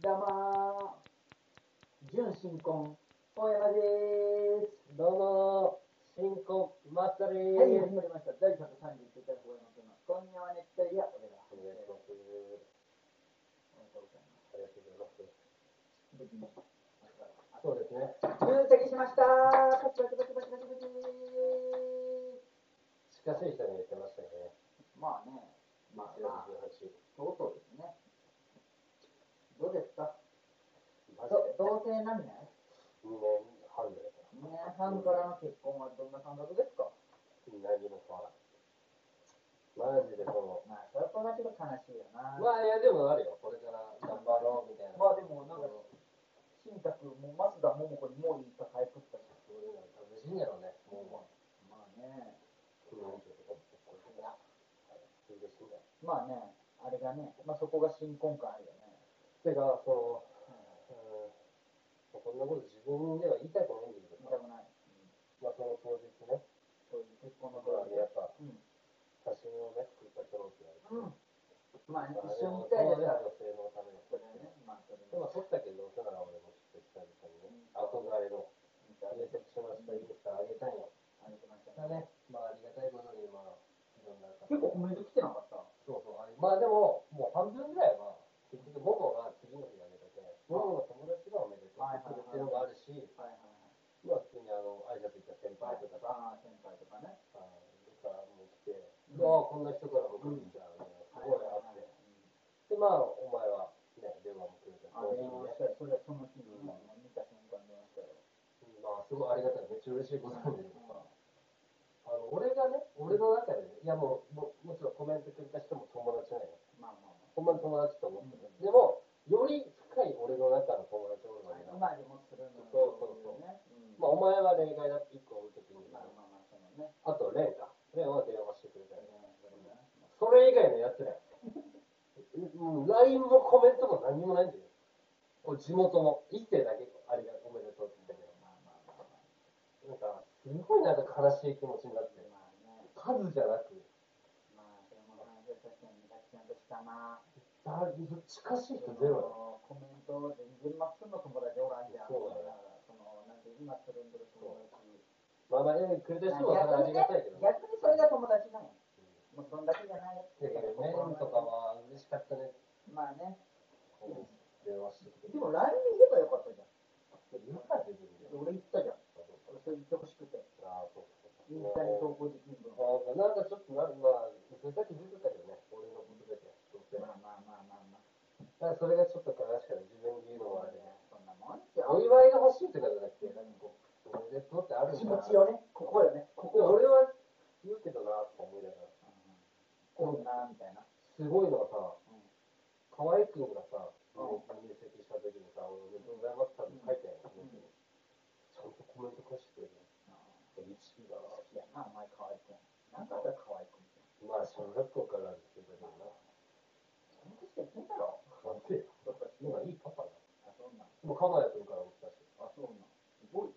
どうもー。純新婚、大山でーす。どうも、新婚マスターではい、ー始す。まりました。第139回公演のテーマ。今夜は熱帯夜、俺が。お願いします。おめでとうございまありがとうございます。す。無事に。そうですね。入籍しましたー。パチパチパチパチパチパチ近しい人に言ってましたよね。まあね、まあまあ、そ18うそうですね。どうですかマジどで同性何年2年半ぐらいかな。皆さんからの結婚はどんな感覚ですか何も変わらない。マジでその、まあ、それは同じの悲しいよな。まあいやでもあるよ。これから頑張ろうみたいな。まあでもなんかその新宅も松田桃子にもういいと帰ってきたし。そういうの楽しいんやろうね。もうもう。まあね、うんちょっとこれから嬉しいね。まあね、あれがね、まあそこが新婚感あるよね。てか、その、うんこんなこと自分では言いたくないんだけ見どたさ、くない。まあ、その当日ね、そういう結婚の僕こらとにやっぱうん。写真をね、いっぱい撮ろうって言われて、うん。まああねれ一を緒にいたいだそけだの女性のために撮ってね。まあそれではも撮ったけど、だから俺もちょっと久々にね、憧れの、見てあげ入て籍しました、インスタあげたいよ。あげてましただね、まあ、ありがたいことに、まあ、いろんな方結構コメント来てなかった。そうそう、あれまあでも、もう半分ぐらいは、結局、午後が次の日あげてて、午後の友達がおめでとうってくれてるのがあるし、はいはいはい。まあ、普通にあの挨拶行った先輩とかさ、ああ、先輩とかね。あのとかも来て、うんうわあ、こんな人からも来るんじゃん、ねすごいあって、で、まあ、お前は、ね、電話もくれて、あ、電話したり、それはその日に、もう見た瞬間電話したよ。うんまあ、すごいありがたい、めっちゃ嬉しいことなんだけどさ、あの俺がね、俺の中でね、いやもう、ももちろんコメントくれた人も友達まあなんよ、まあまあ。ほんまに友達と思ってうる、んでも、より深い俺の中の友達おるわけだ、まあでもするのそうそうそうね。まあ、お前は例外だって1個受けていいんまあだけど、まあまあそのね。あと、レンか、レンは電話してくれたよね。まそれ以外のやつらや。うん、LINE もコメントも何もないんだよ。これ地元の一世だけありがおめでとうって言ってあまあまあまあ。けど、なんか、すごいなんか悲しい気持ちになって、まあね。数じゃなく、まあでも話は確かにみかちゃんとしたな。だいぶ近しい人ゼロコメント全然まっすぐの友達おらんじゃん。そうだねそのなんて今つるんでる友達。や。まあまあ、ええくれた人もまあありがたいけど、ね、逆にそれが友達なんや。もうそんだけじゃないやつだからメンとかは嬉しかったね。まあね。こう電話してくれて。でも LINE で言えばよかったじゃん。言うから出てるんだよ。俺言ったじゃん。あそう俺それ言ってほしくて。そうインスタに投稿できるの。あなんかちょっとな、まあ、それだけ出てたけどね、俺のことだけ。どうせまあまあまあまあまあ。だからそれがちょっと悲しかった自分で言うのもあれで、そんなもんっすよ。お祝いが欲しいとかじゃなくて、なんかこう、おめでとうってあるんだ気持ちよね、ここよね、ここここよ。俺は言うけどなとか思いながら、こんなみたいな。すごいのがさ、うん河合君がさ、うん入籍した時にさ、おめでとうございますって書いてあるの、うんちゃんとコメント返してくれる。嬉しいなぁいや、まあ、お前可愛くない。なんかあったら可愛くない。まあ、小学校からですけどな、ちゃんとして言ってんだろ。なんでよそうそう今いいパパだ。あ、そうなん。もう河合君からも来たし、あ、そうなん。すごい。うん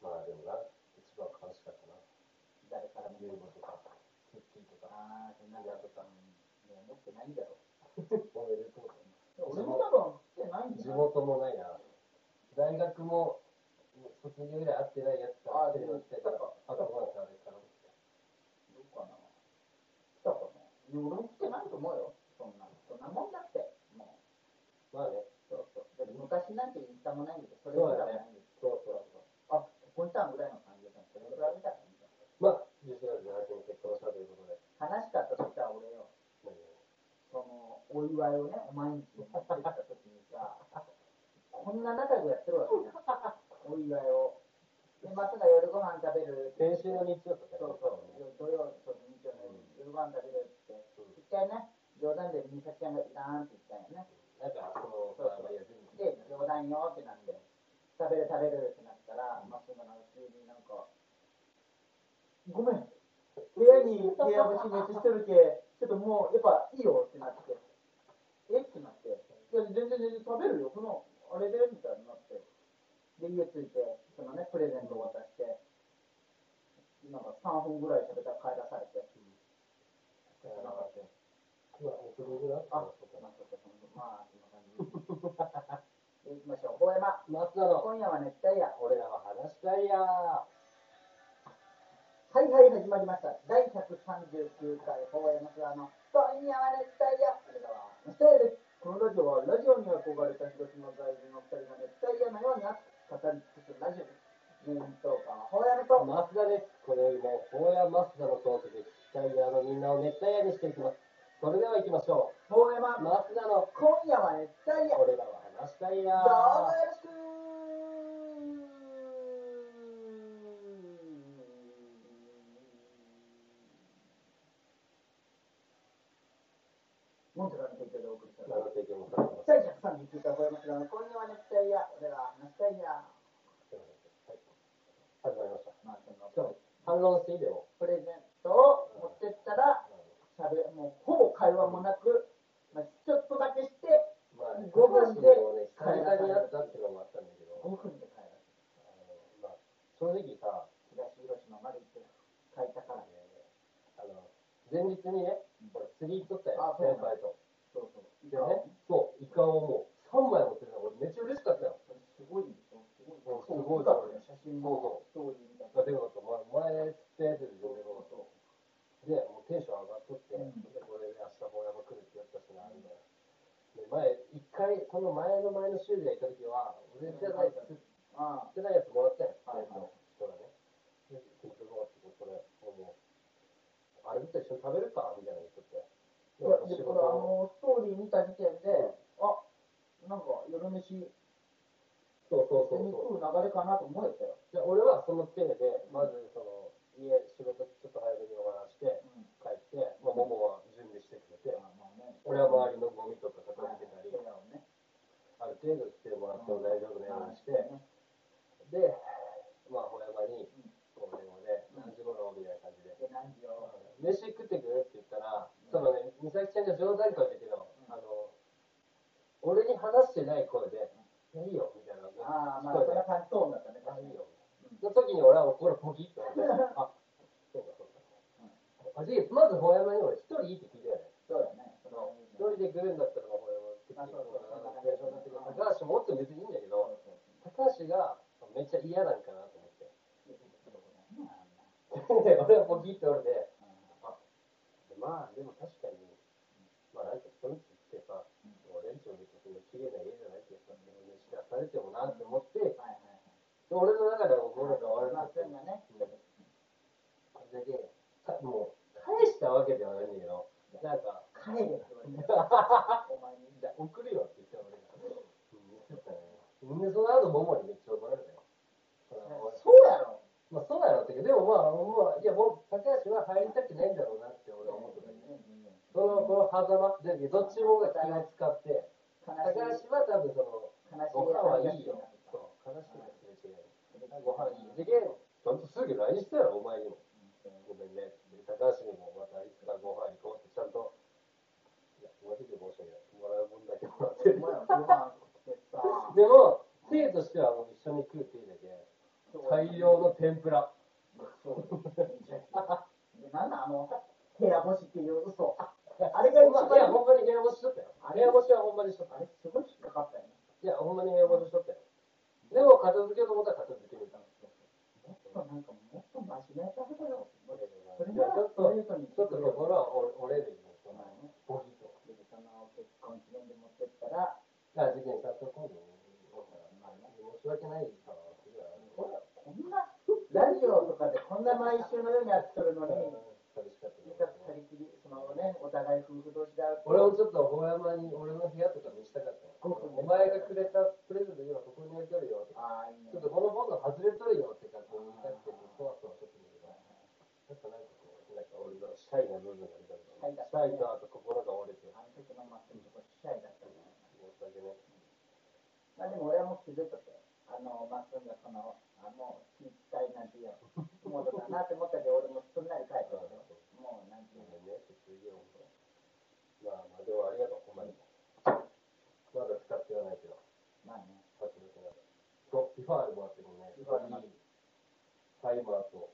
まあでもな、一番悲しかったな。誰から見るユーのゴとか、ツッキーとか。ああ、そんなことか。うんもう持ってないんだろ。おめでとう。俺も多分持ってないん地じゃない元もないな。大学も卒業以来会ってないやつかあら会ってるってから、あとまだあれかな。どうかな。来たかな。いや、俺も来てないと思うよ。そんな、そんなもんだって。もう、まあね、そうそう。だって昔なんて言ったもないんで、それぐらいもないんで。そうそうそう。あ、ここにいたんぐらいの感じだった。それぐらいみたいな。まあ、17月に結婚したということで、話したとしたら俺よ、何そのお祝いをね、お前んちに持ってった時にさ、こんな仲良くやってるわけじゃん。お祝いを。で、松が夜ご飯食べるって。先週の日曜とかそうそう。ね。土曜日と日曜の夜ご飯食べるって。一回ね、冗談で美咲ちゃんがいらんって言ったんよね。なんか、その、そうそうまあ、いや、全部。で、冗談よってなって、食べる食べるってなったら、松がなんか急になんか、ごめん。部屋に部屋干し熱してるけ、ちょっともうやっぱいいよってなって、えってなって、いや全然全然食べるよ、そのあれでみたいになって、で、家着いて、そのね、プレゼントを渡して、なんか3分ぐらい食べたら帰らされて、まあ、送るぐらいあ、あ、まあ、ちょっと、まあ、そんな感じ。 で、行きましょう。大山、松田の、今夜は熱帯夜。俺らは話したいやー。はいはい、始まりました。第139回、大山ツアーの、今夜は熱帯夜。あれだわ。熱帯夜です。このラジオは、ラジオに憧れた広島在住の二人が熱帯夜のように熱く語り尽くすラジオです。メイントーカーは、大山と、松田です。これよりも、大山松田のトークで、熱帯夜のみんなを熱帯夜にしていきます。それでは行きましょ大う。山、松田の、今夜は熱帯夜。俺らは話したいやどうもー。よろしくモントラの提供でお送りしたあの提供もされてま第す139回超えますが、今夜は熱帯夜、俺らは話したいや。はい始まりました。まあ、その今日、反論していいでも。プレゼントを持ってったら、しゃべもうほぼ会話もなく、まあ、ちょっとだけして、まあ、五分でもね、久々に会ったっていうのもあったんだけど、あ5分で帰る。のまあ、正直さ、東広島まで行って、帰ったから。あの前日にね、ほら釣り行っとったあそよ、うな先の輩と。そうそう。でね、そう、イカをもう3枚持ってたの、俺めっちゃ嬉しかったよ。すごいんでしょすごい。うんすごいだろうね写真も、ストーリーみたいな。だけど、まあ、前釣ったやつで全然もうで、もうテンション上がっとって、うんでこれで明日本山来るってやったしな、みたいな。で、前、一回、その前の前の週で行った時は、俺じゃない、釣っああ、てないやつもらったよ、はいはい釣ったやつの人がね。で、結局もらって、これ、もう、あれ見て一緒に食べるかみたいなことって。いや、で、これ、あの、ストーリー見た時点で、あ、なんか、夜飯、そうそう手そうに食うそう。流れかなと思えたよ。じゃあ俺はその手で、まずその家、仕事ちょっと早めに終わらして、うん。帰って、まあ、桃は準備してくれて、あまあね。俺は周りのゴミとか片はい付けたり、そうだろうねある程度してもらっても大丈夫なようにして、で、まあ、小山に、こう電話で、何時頃みたいな感じで、で、何時よ。飯食ってくるって言ったら、そのね、美咲ちゃんが冗談かけての、あの、俺に話してない声で、いやいいよ、みたいな。ああ、まあ、聞そこんなえて感じ、そうだったね。あいいよ。うんの時に俺は心ポキッと折れて、あ、そうかそうか。あで、まず本山に俺一人いいって聞いたよね。そうだね。その一人で来るんだったら本山って聞いてもらうなって話になって高橋ももっと別にいいんだけど、そうそう高橋がめっちゃ嫌なんかなと思って。そうそうそうだねあんなで、 俺はポキッと折れて、うんまあでも確かに、まあなんか人んちってさ、俺んちも別に綺麗な家じゃないけどさ、自分で知らされてもなって思って、ではいはいはい俺の中では心が悪まかあっそういたう。のがねこれだけ、かもう、返したわけではないんだけど、なんか、帰れって言われてお前にじゃあ送るよって言った俺が。うん、ちょっとね。で、その後、ももにめっちゃ怒られたよ。そうやろまあ、そうやろってけど、でもまあ、もう、いや、もう、高橋は入りたくないんだろうなって俺は思ってたね。その、この狭間で、どっちもが気を使って、悲高しい橋は多分その、悲しいご飯はいいよ。そう、悲しいですれ違い。ご飯いい。で、けんちゃんとすぐ LINE したよ、お前にも。ごめんね。で高橋にもまたいつかご飯行こうってちゃんと、いや、マジで申し訳ない。もらう分だけもらっておる。前らご飯食ってさでも、生としてはもう一緒に食うっていうだけ、大量の天ぷら。そうでなんなんあの部屋干しっていう嘘あれが一ま番あ、いや、ほんまに部屋干ししとったよ。部屋干しはほんまにしとった。あれいすごい引っかかったよねや、ほんまに部屋干ししとったよ。でも、片付けようと思ったら片付けるた。もっとなんかもっと真面目な食べ方よいや、それちならょっストと、レートにちょっとそこらは俺俺でいいよ。そお前のねボヒと。でその結婚記念で持ってったらあ、事件したとこに、まあね申し訳ないから、それはこんなラジオとかでこんな毎週のようにやってるのに、寂しかったいねざ二人きり、そのね、お互い夫婦同士で会うと、俺もちょっと大山に俺の部屋とか見したかったよ。ごくお前がくれたプレゼント今ここに置いてあるよとか。ああ、いいねちょっとこの本が外れとるよって格好にたくて、そわそわしてたんだけど、やっぱなんかこう、なんか俺のシャイな部分が出たのかな。シャイとあと心が折れて、申あの時のマッチンとこシャイだったね。し訳まない。あでも俺はもう気づいたって、あの、マッチンがその、あもう気遣いなんていうやつ、モードだなって思ったけど、俺もすんなり帰ったけど、もうなんてごいうの、めんね、ちょっといいよ、本当まあまあ、でもありがとう、ほんまに。まだ使ってはないけど、まあね、使ってない。そう、ティファールもあってもね、ティファールもあるタイマーと、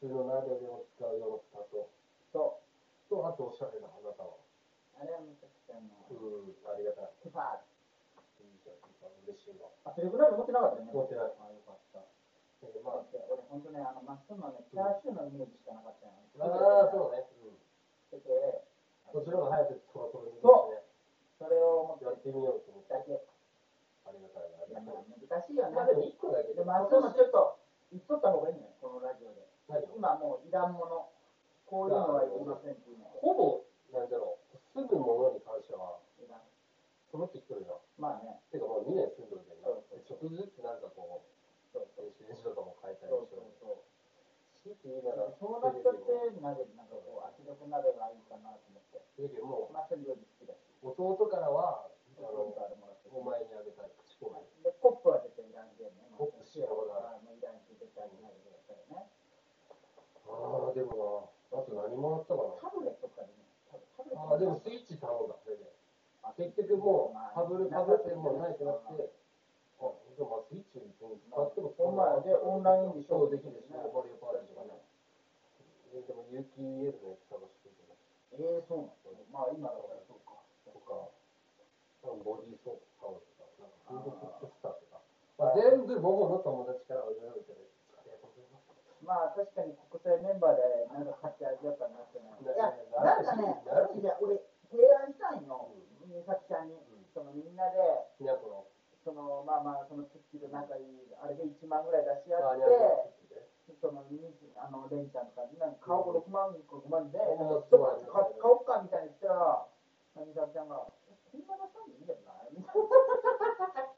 普通の鍋でも使うような蓋と、そう、と、あとおしゃれな花束。あれはめちゃくちゃあの、それぐらいで持ってなかったよね。持ってないあよかった。だでまあって俺、本当ね、あの、マッスンのね、チャーシューのイメージしかなかったよね。ああ、そうね。うう。ん。てて、こっちの方が早くトロトロにそれを持やっっててみようと思って。だけ。いありがたいな。ありや、まがたいあ難しいよね。まあでも1個だけでで。も、マッスンもちょっと、言っとった方がいいんだよ、このラジオで。何を今もう、いらんもの、こういうのはいりませんっていうのは。ほぼ、なんだろう、住むものに関しては、いらん揃ってきてるじゃん。まあね、てかもう2年住んでるけどなそうそう、食事ってなんかこう、そうそう電子レンジとかも変えたりそうしそうそう。て、強いて言うだなからら、そうなったって鍋なんかこう圧力鍋がいいかなと思って。だけどもまあ、それより好きだし。う、弟からは、ああの、あれもらって。お前にあげたい口コミ。で、コップは絶対いらんけどね。コップしようがあもういらんし、絶対いらんけどね。ああ、でもな、あと何もらったかタブレットからね。タブレッな。トああ、でもスイッチ頼んだ、それで。あ結局もう、かぶるかぶってもうないってなって、あ、で、でもまあスイッチに使っても使オンラインでオンラインで勝勝負負ででききるるししね、ねバリューパレーとかね。えでも、有機 EL のやつ探してるなええそうなんだ。まあ、今だからそうか。とか、多分ボディーソープタオルとか、なんかフードテスターとか、まあ、全部僕の友達から俺らみたいな、ありがとうございます。まあ、確かに国際メンバーでなんか買ってあげようかなってな。いや、なんかね、いや、俺、提案したいの、美咲ちゃんに。そのみんなで、きなこの、そのまあまあそのツッキーと仲いいあれで1万ぐらい出し合っありてがとうそのみあのレンちゃんとかみんなに顔を6万個5万で、うんなんかちょっと買買おっかみたいに言ったらみさきちゃんが「こんな出さんでいいんじゃない?」みたいな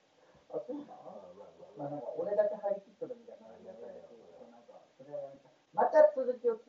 あそうまなあまあまあまあ、なんか俺だけ張り切ってるみたいなありがたいよなんかそれまた続きを聞